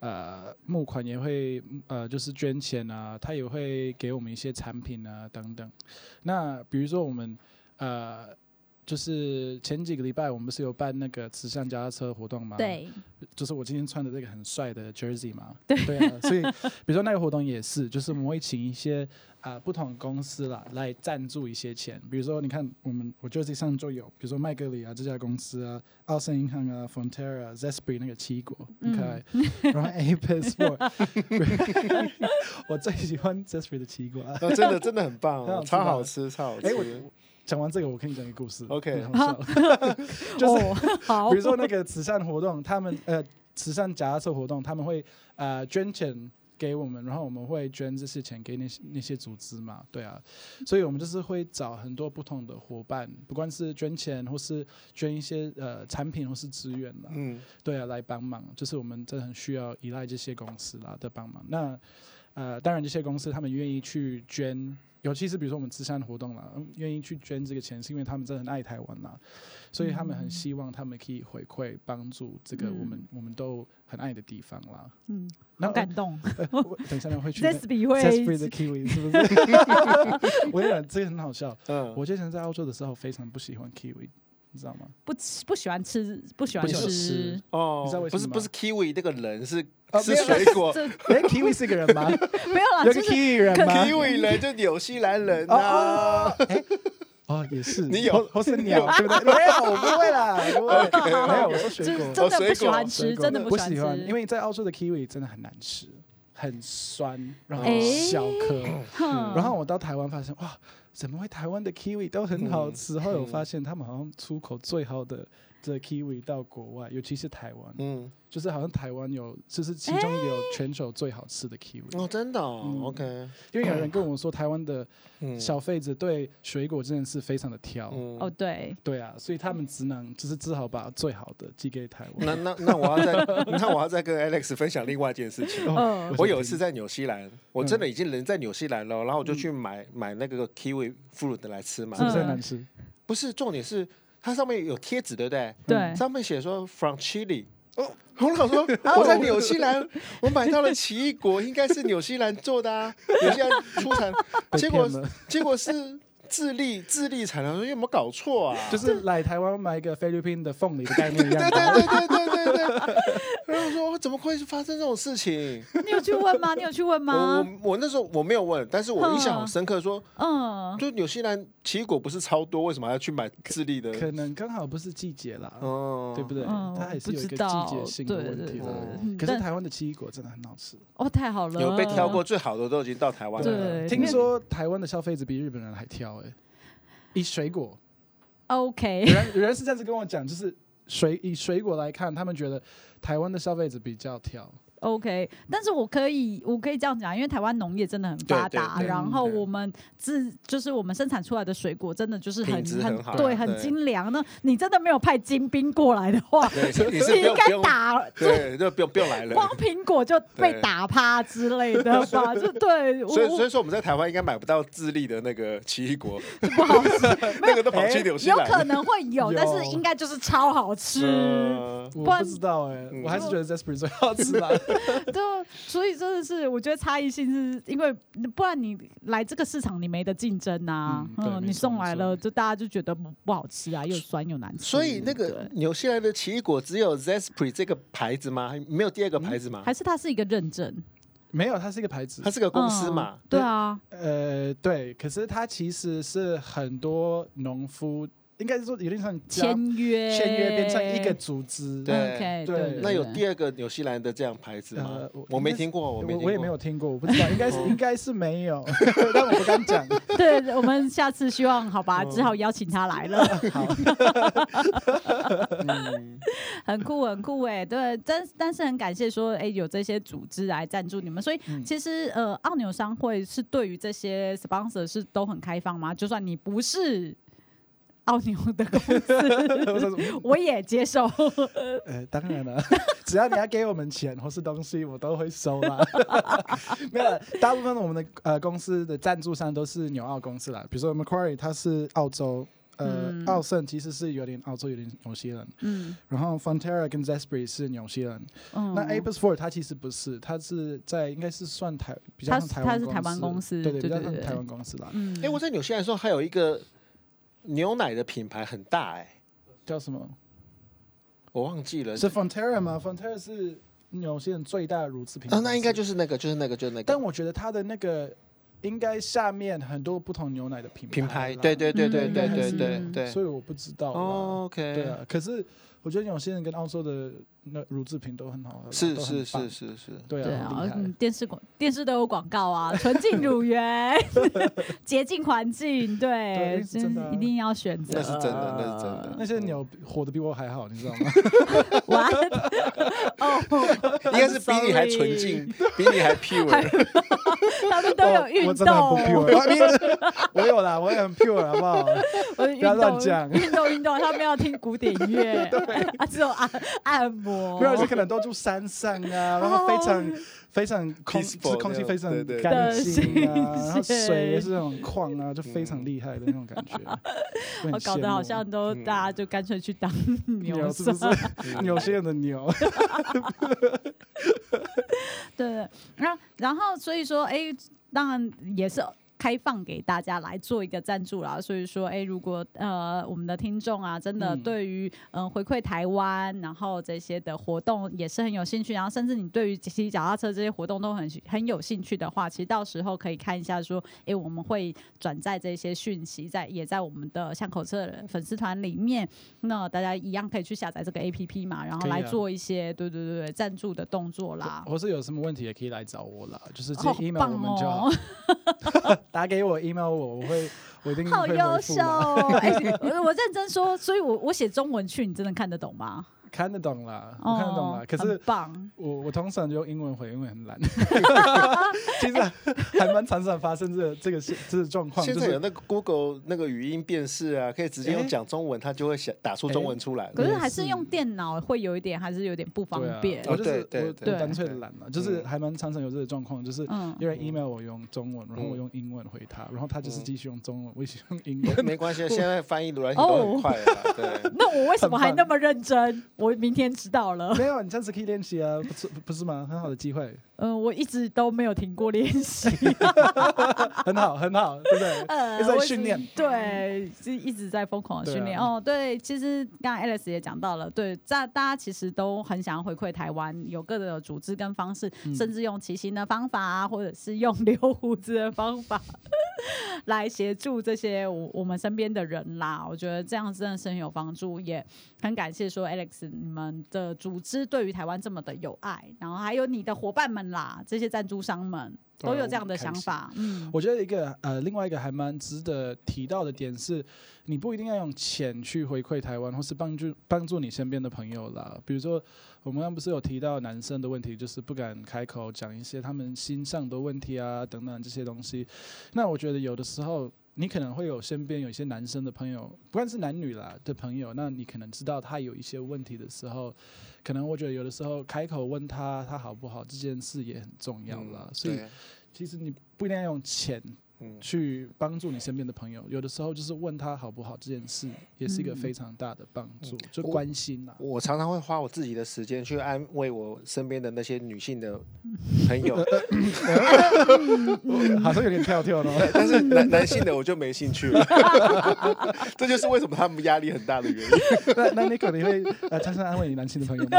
[SPEAKER 3] 呃募款，也会呃就是捐钱啊，他也会给我们一些产品啊等等。那比如说我们呃。就是前几个礼拜，我们不是有办那个慈善脚踏车活动吗？，
[SPEAKER 1] 对，
[SPEAKER 3] 就是我今天穿的这个很帅的 jersey 嘛，对啊，所以比如说那个活动也是，就是我们会请一些啊、不同公司啦来赞助一些钱，比如说你看我们我 jersey 上就有，比如说麦格里啊这家公司啊，澳盛银行啊，Fonterra、Zespri 那个七国，很可爱，然后 Apis Sport，我 最喜欢 Zespri 的七国、啊。
[SPEAKER 2] 那哦真 的真的很棒
[SPEAKER 3] 很好
[SPEAKER 2] 哦，
[SPEAKER 3] 吃
[SPEAKER 2] 超
[SPEAKER 3] 吧
[SPEAKER 2] 好吃，超好
[SPEAKER 3] 哎我
[SPEAKER 2] 吃。
[SPEAKER 3] 讲完这个，我跟你讲一个故事
[SPEAKER 2] OK
[SPEAKER 3] 很好笑 就是
[SPEAKER 1] 哦、好，
[SPEAKER 3] 比如说那个慈善活动，他们呃慈善夹踏车活动，他们会呃捐钱给我们，然后我们会捐这些钱给那些那些组织嘛，对啊，所以我们就是会找很多不同的伙伴，不管是捐钱或是捐一些呃产品或是资源啦，
[SPEAKER 2] 嗯，
[SPEAKER 3] 对啊，来帮忙，就是我们真的很需要依赖这些公司啦的帮忙。那呃，当然这些公司他们愿意去捐，尤其是比如说我们慈善活动啦，嗯愿意去捐这个钱，是因为他们真的很爱台湾啦，所以他们很希望他们可以回馈帮助这个我们、我们都很爱的地方啦。
[SPEAKER 1] 嗯，
[SPEAKER 3] 那
[SPEAKER 1] 好感动。
[SPEAKER 3] 呃我等一下呢会去
[SPEAKER 1] Zesby 会
[SPEAKER 3] Zespri 的 Kiwi 是不是？ 我跟你讲，这个很好笑。
[SPEAKER 2] 嗯，
[SPEAKER 3] 我之前在澳洲的时候非常不喜欢 Kiwi，你知道吗？
[SPEAKER 1] 不吃不喜欢吃，不喜欢
[SPEAKER 3] 不喜欢
[SPEAKER 1] 吃
[SPEAKER 3] 吃，你知道
[SPEAKER 2] 哦
[SPEAKER 3] 为，
[SPEAKER 2] 不
[SPEAKER 3] 什么
[SPEAKER 2] 是
[SPEAKER 3] 吗
[SPEAKER 2] 不是 kiwi 那个人是
[SPEAKER 3] 啊
[SPEAKER 2] 是
[SPEAKER 3] 没有
[SPEAKER 2] 水果
[SPEAKER 1] 这
[SPEAKER 3] 哎、k i w i 是个人 吗？
[SPEAKER 1] 没有啦，
[SPEAKER 3] 有
[SPEAKER 1] 就
[SPEAKER 3] 个
[SPEAKER 1] 是
[SPEAKER 3] Kiwi 人吗？
[SPEAKER 2] ，kiwi 人就纽西兰人啊。
[SPEAKER 3] 哦，也是，
[SPEAKER 2] 你有
[SPEAKER 3] 或或 是鸟，对不对？没有，我不会啦，不会，没有，我说
[SPEAKER 1] 就
[SPEAKER 3] 水
[SPEAKER 1] 是
[SPEAKER 3] 果，
[SPEAKER 1] 真的
[SPEAKER 2] 水
[SPEAKER 1] 不喜
[SPEAKER 2] 果
[SPEAKER 1] 欢
[SPEAKER 3] 水
[SPEAKER 1] 吃，
[SPEAKER 3] 果
[SPEAKER 1] 真的
[SPEAKER 3] 不
[SPEAKER 1] 喜欢
[SPEAKER 3] 喜
[SPEAKER 1] 吃，
[SPEAKER 3] 欢，因为在澳洲的 kiwi 真的很难吃，很酸，然后
[SPEAKER 1] 哎
[SPEAKER 3] 小颗。嗯
[SPEAKER 1] 哼
[SPEAKER 3] 然后我到台湾发现，哇，怎么会台湾的 kiwi 都很
[SPEAKER 2] 嗯
[SPEAKER 3] 好吃？后来我发现他们好像出口最好的这 kiwi 到国外，尤其是台湾，
[SPEAKER 2] 嗯，
[SPEAKER 3] 就是好像台湾有，就是其中有
[SPEAKER 1] 哎
[SPEAKER 3] 全球最好吃的 kiwi。
[SPEAKER 2] 哦，真的哦
[SPEAKER 3] 嗯
[SPEAKER 2] ，OK，
[SPEAKER 3] 因为有人跟我说，台湾的
[SPEAKER 2] 嗯，
[SPEAKER 3] 小费者对水果真的是非常的挑。
[SPEAKER 2] 嗯
[SPEAKER 1] 哦，对，
[SPEAKER 3] 对啊，所以他们只能就是只好把最好的寄给台湾。
[SPEAKER 2] 那那那我 要再那我要再跟 Alex 分享另外一件事情。
[SPEAKER 3] 哦
[SPEAKER 1] 嗯
[SPEAKER 2] 我有一次在纽西兰，我真的已经人在纽西兰了，然后我就去买买那个 kiwi fruit 来吃嘛
[SPEAKER 3] 是。不是
[SPEAKER 1] 嗯
[SPEAKER 3] 很难吃？
[SPEAKER 2] 不是，重点是它上面有贴纸，对不对？
[SPEAKER 1] 对，
[SPEAKER 2] 上面写说 from Chile。哦，我老 说我在纽西兰，
[SPEAKER 3] 哦
[SPEAKER 2] 我买到了奇异果，应该是纽西兰做的 啊，纽西兰出产，
[SPEAKER 3] 被
[SPEAKER 2] 结果
[SPEAKER 3] 骗了
[SPEAKER 2] 结果是智利智利产的，我说有没有搞错啊？
[SPEAKER 3] 就是来台湾买一个菲律宾的凤梨的概念一
[SPEAKER 2] 对对
[SPEAKER 3] 样。
[SPEAKER 2] 对对对对对。然后我说怎么会发生这种事情？
[SPEAKER 1] 嗯你有去问吗？你有去问
[SPEAKER 2] 我
[SPEAKER 1] 吗
[SPEAKER 2] 我？我那时候我没有问，但是我印象好深刻说，
[SPEAKER 1] 嗯，
[SPEAKER 2] 就纽西兰奇异果不是超多，为什么还要去买智利的？
[SPEAKER 3] 可能刚好不是季节啦，
[SPEAKER 2] 哦，
[SPEAKER 3] 对不对？
[SPEAKER 1] 嗯
[SPEAKER 3] 它还是有一
[SPEAKER 1] 不知
[SPEAKER 3] 个
[SPEAKER 1] 道
[SPEAKER 3] 季节性的问题
[SPEAKER 2] 对对
[SPEAKER 3] 啦
[SPEAKER 1] 对。
[SPEAKER 3] 可
[SPEAKER 1] 但
[SPEAKER 3] 是台湾的奇异果真的很好吃。
[SPEAKER 1] 哦，太好了，
[SPEAKER 2] 有被挑过，最好的都已经到台湾来了。
[SPEAKER 1] 对
[SPEAKER 3] 听说台湾的消费者比日本人还挑哎，以水果，有
[SPEAKER 1] OK，
[SPEAKER 3] 人有人是这样子跟我讲，就是水以水果来看，他们觉得台湾的消费者比较挑。
[SPEAKER 1] OK，但是我可以，我可以这样讲，因为台湾农业真的很发达，
[SPEAKER 2] 对对
[SPEAKER 3] 对
[SPEAKER 1] 然后
[SPEAKER 3] 嗯对
[SPEAKER 1] 我们自就是我们生产出来的水果真的就是很
[SPEAKER 2] 品质很好啊
[SPEAKER 1] 对，
[SPEAKER 2] 对
[SPEAKER 1] 很精良。那你真的没有派精兵过来的话，
[SPEAKER 2] 对，你是
[SPEAKER 1] 你
[SPEAKER 2] 不
[SPEAKER 1] 应
[SPEAKER 2] 用不
[SPEAKER 1] 该
[SPEAKER 2] 用，
[SPEAKER 1] 打。
[SPEAKER 2] 对，就不用不用来了。
[SPEAKER 1] 光苹果就被
[SPEAKER 2] 对
[SPEAKER 1] 打趴之类的吧，就对，我
[SPEAKER 2] 所以
[SPEAKER 1] 我
[SPEAKER 2] 所以说我们在台湾应该买不到智利的那个奇 异果，
[SPEAKER 1] 不好吃，
[SPEAKER 2] 那个都跑去纽西
[SPEAKER 1] 有
[SPEAKER 2] 兰
[SPEAKER 1] 可
[SPEAKER 2] 了。
[SPEAKER 1] 能会有，但是
[SPEAKER 3] 有
[SPEAKER 1] 应该就是超好吃。
[SPEAKER 2] 嗯
[SPEAKER 3] 我
[SPEAKER 1] 不然
[SPEAKER 3] 不知道哎、
[SPEAKER 2] 嗯
[SPEAKER 3] 我还是觉得 Zespri 最好吃啦。
[SPEAKER 1] 对，所以真的是，我觉得差异性是因为，不然你来这个市场你没得竞争啊，
[SPEAKER 3] 嗯对
[SPEAKER 1] 嗯，
[SPEAKER 3] 没
[SPEAKER 1] 你
[SPEAKER 3] 错
[SPEAKER 1] 送来
[SPEAKER 3] 没错
[SPEAKER 1] 了，就大家就觉得不不好吃啊，又酸又难吃。
[SPEAKER 2] 所以那个
[SPEAKER 1] 对
[SPEAKER 2] 纽西兰的奇异果只有 Zespri 这个牌子吗？还没有第二个牌子吗？
[SPEAKER 1] 嗯还是它是一个认证
[SPEAKER 3] 没有，它是一个牌子
[SPEAKER 2] 它，是个公司嘛
[SPEAKER 1] 嗯？对啊，
[SPEAKER 3] 呃，对，可是它其实是很多农夫，应该是说有点像加
[SPEAKER 1] 签约
[SPEAKER 3] 签约变成一个组织，
[SPEAKER 2] 对
[SPEAKER 1] OK，
[SPEAKER 3] 对
[SPEAKER 1] 对，
[SPEAKER 2] 那有
[SPEAKER 1] 对
[SPEAKER 2] 第二个纽西兰的这样牌子吗
[SPEAKER 3] 呃我？
[SPEAKER 2] 我没听过，我
[SPEAKER 3] 我
[SPEAKER 2] 没听
[SPEAKER 3] 我也没
[SPEAKER 2] 过。哦
[SPEAKER 3] 有听过，我不知道，应该是应该是没有， 但我不敢讲。啊
[SPEAKER 1] 对，我们下次希望好吧，
[SPEAKER 2] 嗯
[SPEAKER 1] 只好邀请他来了，
[SPEAKER 3] 好，
[SPEAKER 2] 嗯
[SPEAKER 1] 很酷很酷哎，对，但但是很感谢说哎有这些组织来赞助你们，所以
[SPEAKER 3] 嗯
[SPEAKER 1] 其实呃澳纽商会是对于这些 sponsor 是都很开放吗？就算你不是澳纽的公
[SPEAKER 3] 我
[SPEAKER 1] 司，
[SPEAKER 3] 说什么
[SPEAKER 1] 我也接 受。
[SPEAKER 3] 呃，当然了， 只要你要给我们钱或是东西，我都会收啦。 没有，大部分我们的呃公司的赞助商都是纽澳公司啦，比如说 Macquarie，它是澳洲，呃，
[SPEAKER 1] 嗯
[SPEAKER 3] 澳盛其实是有点澳洲，有点纽西兰，
[SPEAKER 1] 嗯
[SPEAKER 3] 然后 Fonterra 跟 Zespri 是纽西兰，
[SPEAKER 1] 嗯
[SPEAKER 3] 那 Abus Ford 它其实不是，它是在应该是算台比较
[SPEAKER 1] 它
[SPEAKER 3] 像
[SPEAKER 1] 是
[SPEAKER 3] 台
[SPEAKER 1] 它
[SPEAKER 3] 湾
[SPEAKER 1] 是台湾公司
[SPEAKER 3] 对
[SPEAKER 1] 对
[SPEAKER 3] 对，比较
[SPEAKER 1] 对
[SPEAKER 3] 像
[SPEAKER 1] 对
[SPEAKER 3] 台湾公司啦，
[SPEAKER 1] 嗯
[SPEAKER 2] 哎，我在纽西兰的时候还有一个牛奶的品牌很大哎，
[SPEAKER 3] 叫什么？
[SPEAKER 2] 我忘记了。
[SPEAKER 3] 是 Fonterra 吗？Fonterra 是纽西兰最大的乳制品
[SPEAKER 2] 啊，
[SPEAKER 3] 公
[SPEAKER 2] 那应该
[SPEAKER 3] 司
[SPEAKER 2] 就是那个，就是那个，就是那
[SPEAKER 3] 但
[SPEAKER 2] 个
[SPEAKER 3] 我觉得它的那个应该下面很多不同牛奶的品
[SPEAKER 2] 品牌。
[SPEAKER 3] 啦
[SPEAKER 2] 对对对对
[SPEAKER 1] 嗯
[SPEAKER 2] 对
[SPEAKER 1] 应该
[SPEAKER 2] 对
[SPEAKER 1] 是
[SPEAKER 2] 对对。
[SPEAKER 3] 所以我不知道啦。
[SPEAKER 2] 哦
[SPEAKER 3] 对
[SPEAKER 2] OK，
[SPEAKER 3] 啊，可是我觉得有些人跟澳洲的那乳制品都很好喝啦，
[SPEAKER 2] 是
[SPEAKER 3] 都很
[SPEAKER 2] 是
[SPEAKER 3] 棒
[SPEAKER 2] 是，是是。
[SPEAKER 3] 对
[SPEAKER 1] 对
[SPEAKER 3] 啊，
[SPEAKER 1] 啊
[SPEAKER 3] 很厉，害
[SPEAKER 1] 嗯，电视广电视都有广告啊，纯净乳 源，洁净环境，对
[SPEAKER 3] 对，
[SPEAKER 1] 真
[SPEAKER 3] 真的啊
[SPEAKER 1] 一定要选择，
[SPEAKER 2] 那 是真的，那是真的。
[SPEAKER 3] 那些牛活得比我还好，你知道吗？
[SPEAKER 1] 哇，哦，
[SPEAKER 2] 应该是比你还纯净，比你还 pure。
[SPEAKER 1] 他们都有
[SPEAKER 3] 哦
[SPEAKER 1] 运
[SPEAKER 3] 我真的很不
[SPEAKER 1] 动， 哦
[SPEAKER 3] pure，我有啦，我也很 pure，好不好？
[SPEAKER 1] 我呃运
[SPEAKER 3] 不要乱
[SPEAKER 1] 动
[SPEAKER 3] 讲
[SPEAKER 1] 运动运动，他们要听古典 乐， 啊，只有按按摩，
[SPEAKER 3] 没有，而且可能都住山上啊，然后非
[SPEAKER 1] 哦
[SPEAKER 3] 常非常空，就
[SPEAKER 2] Peaceful
[SPEAKER 3] 是空气非常
[SPEAKER 2] 那种对对
[SPEAKER 3] 干净啊，
[SPEAKER 1] 对
[SPEAKER 3] 然后
[SPEAKER 1] 是
[SPEAKER 3] 水也是那种矿啊，就非常厉害的那种感觉。 我
[SPEAKER 1] 哦
[SPEAKER 3] 很
[SPEAKER 1] 我搞
[SPEAKER 3] 羡
[SPEAKER 1] 得好
[SPEAKER 3] 慕
[SPEAKER 1] 像都
[SPEAKER 2] 嗯
[SPEAKER 1] 大家就干脆去当牛
[SPEAKER 3] 牛是不
[SPEAKER 1] 算
[SPEAKER 3] 是有些人的 牛？
[SPEAKER 1] 对，然后然后所以说，哎，当然也是开放给大家来做一个赞助啦。所以说，哎，如果呃我们的听众啊，真的
[SPEAKER 3] 嗯
[SPEAKER 1] 对于嗯、呃回馈台湾，然后这些的活动也是很有兴趣，然后甚至你对于骑脚踏车这些活动都很很有兴趣的话，其实到时候可以看一下说，哎，我们会转载这些讯息，在也在我们的巷口车的粉丝团里面，那大家一样可以去下载这个 A P P 嘛，然后
[SPEAKER 3] 可以
[SPEAKER 1] 来
[SPEAKER 3] 啊
[SPEAKER 1] 做一些、对对对对赞助的动作啦。
[SPEAKER 3] 或是有什么问题也可以来找我啦，就是直
[SPEAKER 1] 好
[SPEAKER 3] 接 email
[SPEAKER 1] 棒
[SPEAKER 3] 我们就好
[SPEAKER 1] 哦，
[SPEAKER 3] 打给我 email 我，我会我一定
[SPEAKER 1] 好
[SPEAKER 3] 嗯会
[SPEAKER 1] 优
[SPEAKER 3] 回复
[SPEAKER 1] 秀
[SPEAKER 3] 啦，
[SPEAKER 1] 哦！ 哎、我我认真说，所以我我写中文去，你真的看得懂吗？
[SPEAKER 3] 看得懂啦， 我看得懂啦
[SPEAKER 1] 哦。
[SPEAKER 3] 可
[SPEAKER 1] 很
[SPEAKER 3] 是
[SPEAKER 1] 棒，
[SPEAKER 3] 我我通常就用英文回，因为很 懒。其实还蛮常常发生这个这个这个状况，
[SPEAKER 2] 现
[SPEAKER 3] 就
[SPEAKER 2] 在
[SPEAKER 3] 是啊
[SPEAKER 2] 有那个 Google 那个语音辨识啊，可以直接用讲中文，它就会想打出中文出来
[SPEAKER 1] 可
[SPEAKER 2] 了。
[SPEAKER 1] 是
[SPEAKER 3] 也
[SPEAKER 1] 还是
[SPEAKER 3] 是
[SPEAKER 1] 用电脑会有一点，还是有点不方
[SPEAKER 3] 对啊
[SPEAKER 1] 便。
[SPEAKER 3] 我
[SPEAKER 2] 哦
[SPEAKER 3] 就是
[SPEAKER 2] 对
[SPEAKER 3] 我我
[SPEAKER 2] 对
[SPEAKER 3] 干
[SPEAKER 1] 对
[SPEAKER 3] 脆
[SPEAKER 2] 对
[SPEAKER 3] 懒了，就是
[SPEAKER 2] 嗯
[SPEAKER 3] 还蛮常常有这个状况，就是
[SPEAKER 1] 嗯
[SPEAKER 3] 有人 email 我用中文，然后我
[SPEAKER 2] 嗯
[SPEAKER 3] 用英文回他，然后他就是
[SPEAKER 2] 嗯
[SPEAKER 3] 继续用中文，我一起用 英文。
[SPEAKER 2] 没关 系，现在翻译软体都很快了。 对，
[SPEAKER 1] 那我为什么还
[SPEAKER 3] 很棒
[SPEAKER 1] 那么认真？我明天知道了。
[SPEAKER 3] 没有，你这样子可以练习啊，不是不是吗？很好的机 会，
[SPEAKER 1] 嗯，我一直都没有停过练习，
[SPEAKER 3] 很好很好，对不对？
[SPEAKER 1] 呃，
[SPEAKER 3] 一直在
[SPEAKER 1] 我一
[SPEAKER 3] 训
[SPEAKER 1] 直
[SPEAKER 3] 练，
[SPEAKER 1] 对，是一直在疯狂的
[SPEAKER 3] 对
[SPEAKER 1] 训练。
[SPEAKER 3] 啊
[SPEAKER 1] 哦，对，其实刚才 Alice 也讲到了，对，大大家其实都很想要回馈台湾，有各种组织跟方式，
[SPEAKER 3] 嗯
[SPEAKER 1] 甚至用骑行的方法啊，或者是用留胡子的方法 来协助这些我我们身边的人啦。我觉得这样真的是很有帮助，也很感谢说 Alex 你们的组织对于台湾这么的有爱，然后还有你的伙伴们啦，这些赞助商们
[SPEAKER 3] 对啊
[SPEAKER 1] 都有
[SPEAKER 3] 我
[SPEAKER 1] 这样的
[SPEAKER 3] 很开
[SPEAKER 1] 想
[SPEAKER 3] 心
[SPEAKER 1] 法，嗯。
[SPEAKER 3] 我觉得一个呃，另外一个还蛮值得提到的点是，你不一定要用钱去回馈台湾，或是帮助帮助你身边的朋友啦。比如说，我们刚刚不是有提到男生的问题，就是不敢开口讲一些他们心上的问题啊等等这些东西。那我觉得有的时候。你可能会有身边有一些男生的朋友，不管是男女啦的朋友，那你可能知道他有一些问题的时候，可能我觉得有的时候开口问他他好不好这件事也很重要啦。所
[SPEAKER 2] 嗯
[SPEAKER 3] 以
[SPEAKER 2] 对
[SPEAKER 3] 其实你不一定要用钱
[SPEAKER 2] 嗯
[SPEAKER 3] 去帮助你身边的朋友。有的时候就是问他好不好这件事，也是一个
[SPEAKER 1] 嗯
[SPEAKER 3] 非常大的帮助，就
[SPEAKER 2] 我
[SPEAKER 3] 关心啦、
[SPEAKER 2] 我常常会花我自己的时间去安慰我身边的那些女性的朋 友，
[SPEAKER 3] 好像有点跳跳呢。
[SPEAKER 2] 但是男男性的我就没兴趣了， 这就是为什么他们压力很大的原因。
[SPEAKER 3] 那那你可能会呃，常常安慰你男性的朋友 吗？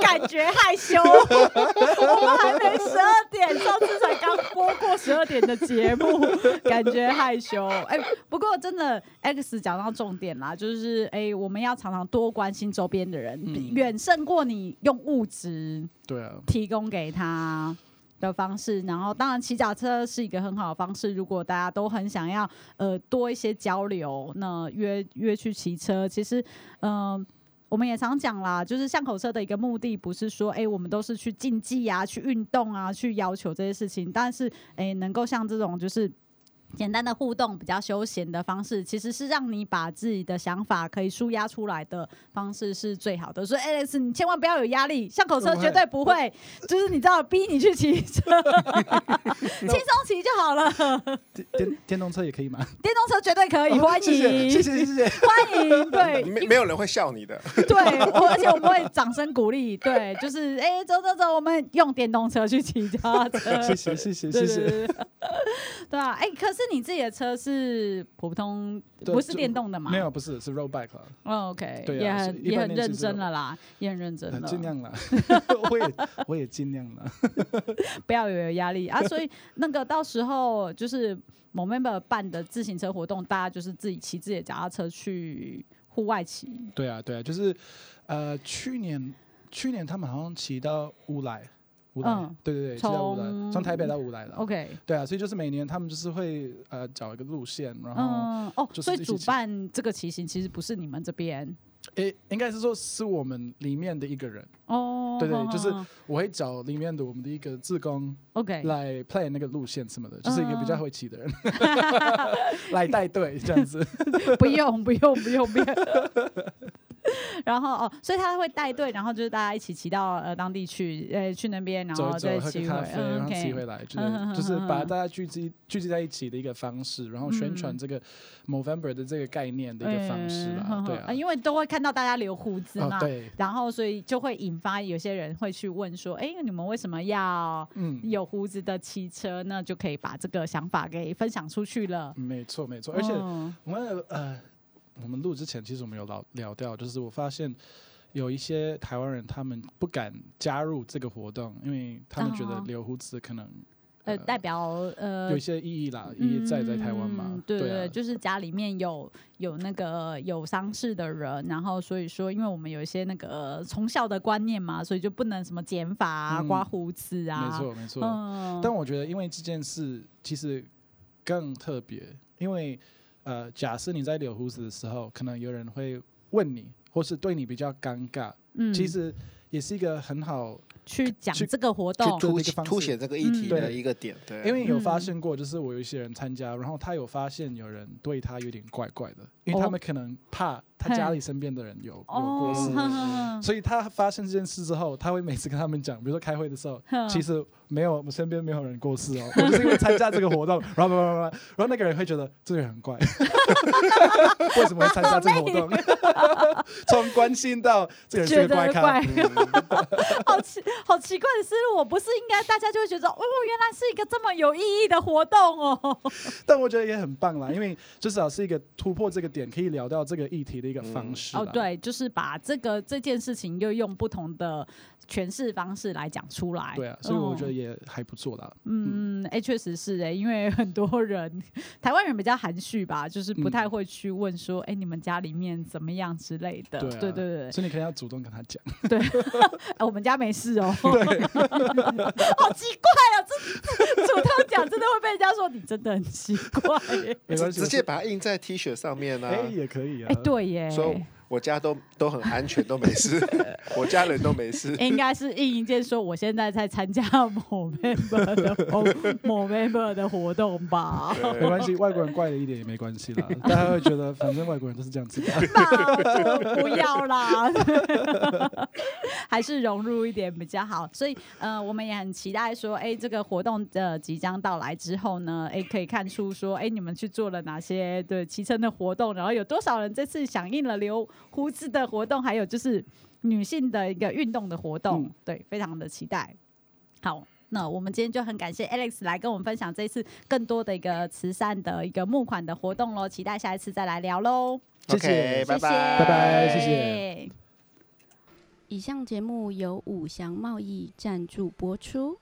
[SPEAKER 1] 感觉害羞。我们还没十二点，上次才刚播过十二点的节目，感觉害羞。哎、不过真的，X 讲到重点啦，就是哎、我们要常常多关心周边的人，
[SPEAKER 3] 嗯
[SPEAKER 1] 远胜过你用物质
[SPEAKER 3] 对啊，
[SPEAKER 1] 提供给他的方式。然后，当然骑脚车是一个很好的方式。如果大家都很想要呃多一些交流，那约约去骑车，其实嗯。呃我们也常讲啦，就是巷口车的一个目的，不是说哎、我们都是去竞技啊、去运动啊、去要求这些事情，但是哎、能够像这种就是简单的互动、比较休闲的方式，其实是让你把自己的想法可以抒压出来的方式是最好的。所以 Alex，你千万不要有压力，巷口车
[SPEAKER 3] 不会
[SPEAKER 1] 绝对不会，就是你知道逼你去骑车， 轻松骑就好了。
[SPEAKER 3] 电电电动车也可以吗？
[SPEAKER 1] 电动车绝对可以， 欢
[SPEAKER 3] 哦谢谢
[SPEAKER 1] 迎，
[SPEAKER 3] 谢谢谢谢。
[SPEAKER 1] 欢迎，对，
[SPEAKER 2] 没没有人会笑你的，
[SPEAKER 1] 对，我而且我们会掌声鼓励，对， 就是哎、走走走，我们用电动车去骑脚踏车，
[SPEAKER 3] 谢谢谢谢
[SPEAKER 1] 对
[SPEAKER 3] 谢
[SPEAKER 1] 对对
[SPEAKER 3] 谢。
[SPEAKER 1] 对 对啊，哎、可是你自己的车是普通，
[SPEAKER 3] 对
[SPEAKER 1] 不是
[SPEAKER 3] 就
[SPEAKER 1] 电动的嘛？
[SPEAKER 3] 没有，不是是 road bike 啦，
[SPEAKER 1] 哦，OK，
[SPEAKER 3] 对啊
[SPEAKER 1] 也
[SPEAKER 3] 是
[SPEAKER 1] 很
[SPEAKER 3] 一
[SPEAKER 1] 也
[SPEAKER 3] 般
[SPEAKER 1] 很
[SPEAKER 3] 练习
[SPEAKER 1] 认
[SPEAKER 3] 是
[SPEAKER 1] 真
[SPEAKER 3] 吧
[SPEAKER 1] 了啦，也很认真
[SPEAKER 3] 呃
[SPEAKER 1] 了，
[SPEAKER 3] 尽量啦，我也我也尽量啦。
[SPEAKER 1] 不要有压力啊。 所以那个到时候就是某 member 办的自行车活动，大家就是自己骑自己的脚踏车去户外骑，
[SPEAKER 3] 对啊，对啊，就是呃，去年去年他们好像骑到乌来，乌来，
[SPEAKER 1] 嗯
[SPEAKER 3] 对对对，骑到乌来，从
[SPEAKER 1] 从
[SPEAKER 3] 台北到乌来了。
[SPEAKER 1] OK。
[SPEAKER 3] 对啊，所以就是每年他们就是会呃找一个路线，然后
[SPEAKER 1] 嗯哦，
[SPEAKER 3] 就是
[SPEAKER 1] 所以
[SPEAKER 3] 一起
[SPEAKER 1] 主
[SPEAKER 3] 骑
[SPEAKER 1] 办这个骑行其实不是你们这边
[SPEAKER 3] 诶、应该是说是我们里面的一个人，
[SPEAKER 1] 哦，
[SPEAKER 3] 对对
[SPEAKER 1] 哼
[SPEAKER 3] 就是
[SPEAKER 1] 哼哼
[SPEAKER 3] 我会找里面的我们的一个志工
[SPEAKER 1] OK，
[SPEAKER 3] 来 play 那个路线什么的，就是一个比较
[SPEAKER 1] 嗯
[SPEAKER 3] 会骑的人 来带队这样子。
[SPEAKER 1] 不用不用不用不 用。然后哦，所以他会带队，然后就是大家一起骑到呃当地去，呃去那边，然
[SPEAKER 3] 走
[SPEAKER 1] 后
[SPEAKER 3] 一走，
[SPEAKER 1] 再
[SPEAKER 3] 喝
[SPEAKER 1] 骑
[SPEAKER 3] 个
[SPEAKER 1] 回，
[SPEAKER 3] 咖啡，然
[SPEAKER 1] 嗯
[SPEAKER 3] 后骑回
[SPEAKER 1] ，OK，
[SPEAKER 3] 来，就
[SPEAKER 1] 嗯哼
[SPEAKER 3] 是就是
[SPEAKER 1] 哼
[SPEAKER 3] 把
[SPEAKER 1] 哼
[SPEAKER 3] 大家聚集聚集在一起的一个方式，然后宣传
[SPEAKER 1] 嗯
[SPEAKER 3] 这个 November 的这个概念的一个方式
[SPEAKER 1] 嗯哼
[SPEAKER 3] 啦，
[SPEAKER 1] 哼
[SPEAKER 3] 对
[SPEAKER 1] 呃
[SPEAKER 3] 啊，
[SPEAKER 1] 因为都会看到大家留胡子
[SPEAKER 3] 哦
[SPEAKER 1] 嘛，
[SPEAKER 3] 对，
[SPEAKER 1] 然后所以就会引发有些人会去问说，哎，你们为什么要
[SPEAKER 3] 嗯，
[SPEAKER 1] 有胡子的骑车呢？就可以把这个想法给分享出去了。
[SPEAKER 3] 没错没错，而且
[SPEAKER 1] 嗯
[SPEAKER 3] 我们呃，我们录之前其实我们有聊聊掉，就是我发现。有一些台湾人，他们不敢加入这个活动，因为他们觉得
[SPEAKER 1] 哦
[SPEAKER 3] 留胡子可能
[SPEAKER 1] 呃代表呃
[SPEAKER 3] 有一些意义啦，意义在在台湾嘛
[SPEAKER 1] 嗯，对
[SPEAKER 3] 对啊，
[SPEAKER 1] 就是家里面有有那个有丧事的人，然后所以说，因为我们有一些那个从小的观念嘛，所以就不能什么剪发啊、
[SPEAKER 3] 嗯
[SPEAKER 1] 刮胡子啊，
[SPEAKER 3] 没，错没错，
[SPEAKER 1] 嗯，
[SPEAKER 3] 但我觉得，因为这件事其实更特别，因为呃，假设你在留胡子的时候，可能有人会问你，或是对你比较尴尬，
[SPEAKER 1] 嗯
[SPEAKER 3] 其实也是一个很好，
[SPEAKER 1] 去讲
[SPEAKER 3] 去
[SPEAKER 1] 这个活
[SPEAKER 2] 就
[SPEAKER 1] 动，
[SPEAKER 2] 凸
[SPEAKER 3] 这个
[SPEAKER 2] 显
[SPEAKER 3] 方式
[SPEAKER 2] 凸显这个议题
[SPEAKER 3] 嗯
[SPEAKER 2] 的
[SPEAKER 3] 对
[SPEAKER 2] 一个点，对，
[SPEAKER 3] 因为有发
[SPEAKER 1] 嗯
[SPEAKER 3] 现过，就是我有一些人参加，然后他有发现有人对他有点怪怪的，因为他
[SPEAKER 1] 哦
[SPEAKER 3] 们可能怕他
[SPEAKER 1] 嘿
[SPEAKER 3] 家里身边的人有有
[SPEAKER 1] 哦
[SPEAKER 3] 过世
[SPEAKER 2] 事，
[SPEAKER 1] 哼哼
[SPEAKER 3] 所以他发现这件事之后，他会每次跟他们讲，比如说开会 的时候，
[SPEAKER 1] 哼
[SPEAKER 3] 其实没有，我身边没有人过世 哦，我就是因为参加这个活动，然后然后然后然后那个人会觉得这个人很怪，为什么会参加这个活动？从关心到 这个人
[SPEAKER 1] 觉得
[SPEAKER 3] 是个怪咖嗯
[SPEAKER 1] 怪，， 好奇好奇怪的思路，我不是应该大家就会觉得哦，原来是一个这么有意义的活动哦，
[SPEAKER 3] 但我觉得也很棒啦，因为至少是一个突破这个点，可以聊到这个议题的一个方式啦
[SPEAKER 1] 哦，，对，就是把这个这件事情又用不同的诠释方式来讲出来，
[SPEAKER 3] 对啊，所以我
[SPEAKER 1] 嗯
[SPEAKER 3] 觉得也还不错啦，
[SPEAKER 1] 嗯，哎、确实是哎、因为很多人，台湾人比较含蓄吧，就是不太
[SPEAKER 3] 嗯
[SPEAKER 1] 会去问说，哎、你们家里面怎么样之类的。
[SPEAKER 3] 对啊
[SPEAKER 1] 对对对
[SPEAKER 3] 所以你可能要主动跟他讲，
[SPEAKER 1] 哎我们家没事哦、好奇怪啊，这主动讲真的会被人家说你真的很奇怪耶、
[SPEAKER 2] 哎
[SPEAKER 3] 没关系，
[SPEAKER 2] 直接把它印在 T 恤上面呢、
[SPEAKER 3] 哎也可以啊
[SPEAKER 1] 哎、，对耶、
[SPEAKER 2] 所以我家都都很安全，都没 事，我家人都没事。
[SPEAKER 1] 应该是应一件说我现在在参加某 member 的某某 member 的活动吧。
[SPEAKER 3] 哎没
[SPEAKER 2] 对
[SPEAKER 3] 关系，外国人怪了一点也没关系啦，大家会觉得反正外国人都是这样子的。
[SPEAKER 1] 吧，不要啦， 还是融入一点比较好。所以，呃，我们也很期待说，哎，这个活动的即将到来之后呢，哎，可以看出说，哎，你们去做了哪些对骑乘的活动，然后有多少人这次响应了留胡子的活动，还有就是女性的一个运动的活动，
[SPEAKER 3] 嗯
[SPEAKER 1] 对，非常的期待。好。那我们今天就很感谢 Alex 来跟我们分享这次更多的一个慈善的一个募款的活动喽，期待下一次再来聊喽。
[SPEAKER 3] 谢谢
[SPEAKER 2] OK，拜
[SPEAKER 1] 谢
[SPEAKER 2] 拜，
[SPEAKER 3] 拜拜谢谢
[SPEAKER 4] 以上节目由五祥贸易赞助播出。